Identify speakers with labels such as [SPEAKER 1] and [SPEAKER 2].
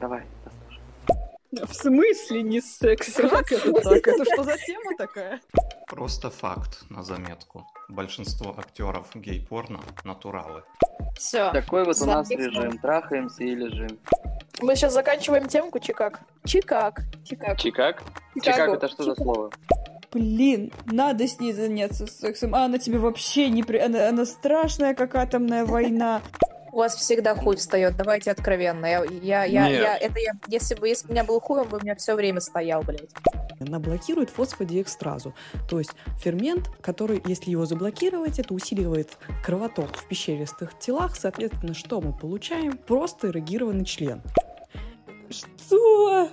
[SPEAKER 1] Давай, послушай.
[SPEAKER 2] В смысле не с сексом?
[SPEAKER 3] Как это так? Это что за тема такая?
[SPEAKER 4] Просто факт на заметку. Большинство актеров гей-порно – натуралы.
[SPEAKER 5] Все.
[SPEAKER 1] Такой вот у нас
[SPEAKER 5] Записано.
[SPEAKER 1] режим. Трахаемся и лежим.
[SPEAKER 5] Мы сейчас заканчиваем темку Чикак. Чикак.
[SPEAKER 2] Чикаго.
[SPEAKER 1] Чикак? Чикак это что за слово?
[SPEAKER 3] Блин, надо с ней заняться сексом. А она тебе вообще не при... Она, она страшная, как атомная война.
[SPEAKER 5] У вас всегда хуй встает, давайте откровенно. Я, я, я,
[SPEAKER 6] Нет.
[SPEAKER 5] я- это я, если бы, если бы у меня был хуй, он бы у меня все время стоял, блядь.
[SPEAKER 7] Она блокирует фосфодиэкстразу, то есть фермент, который, если его заблокировать, это усиливает кровоток в пещеристых телах, соответственно, что мы получаем? Просто эрегированный член.
[SPEAKER 3] Что?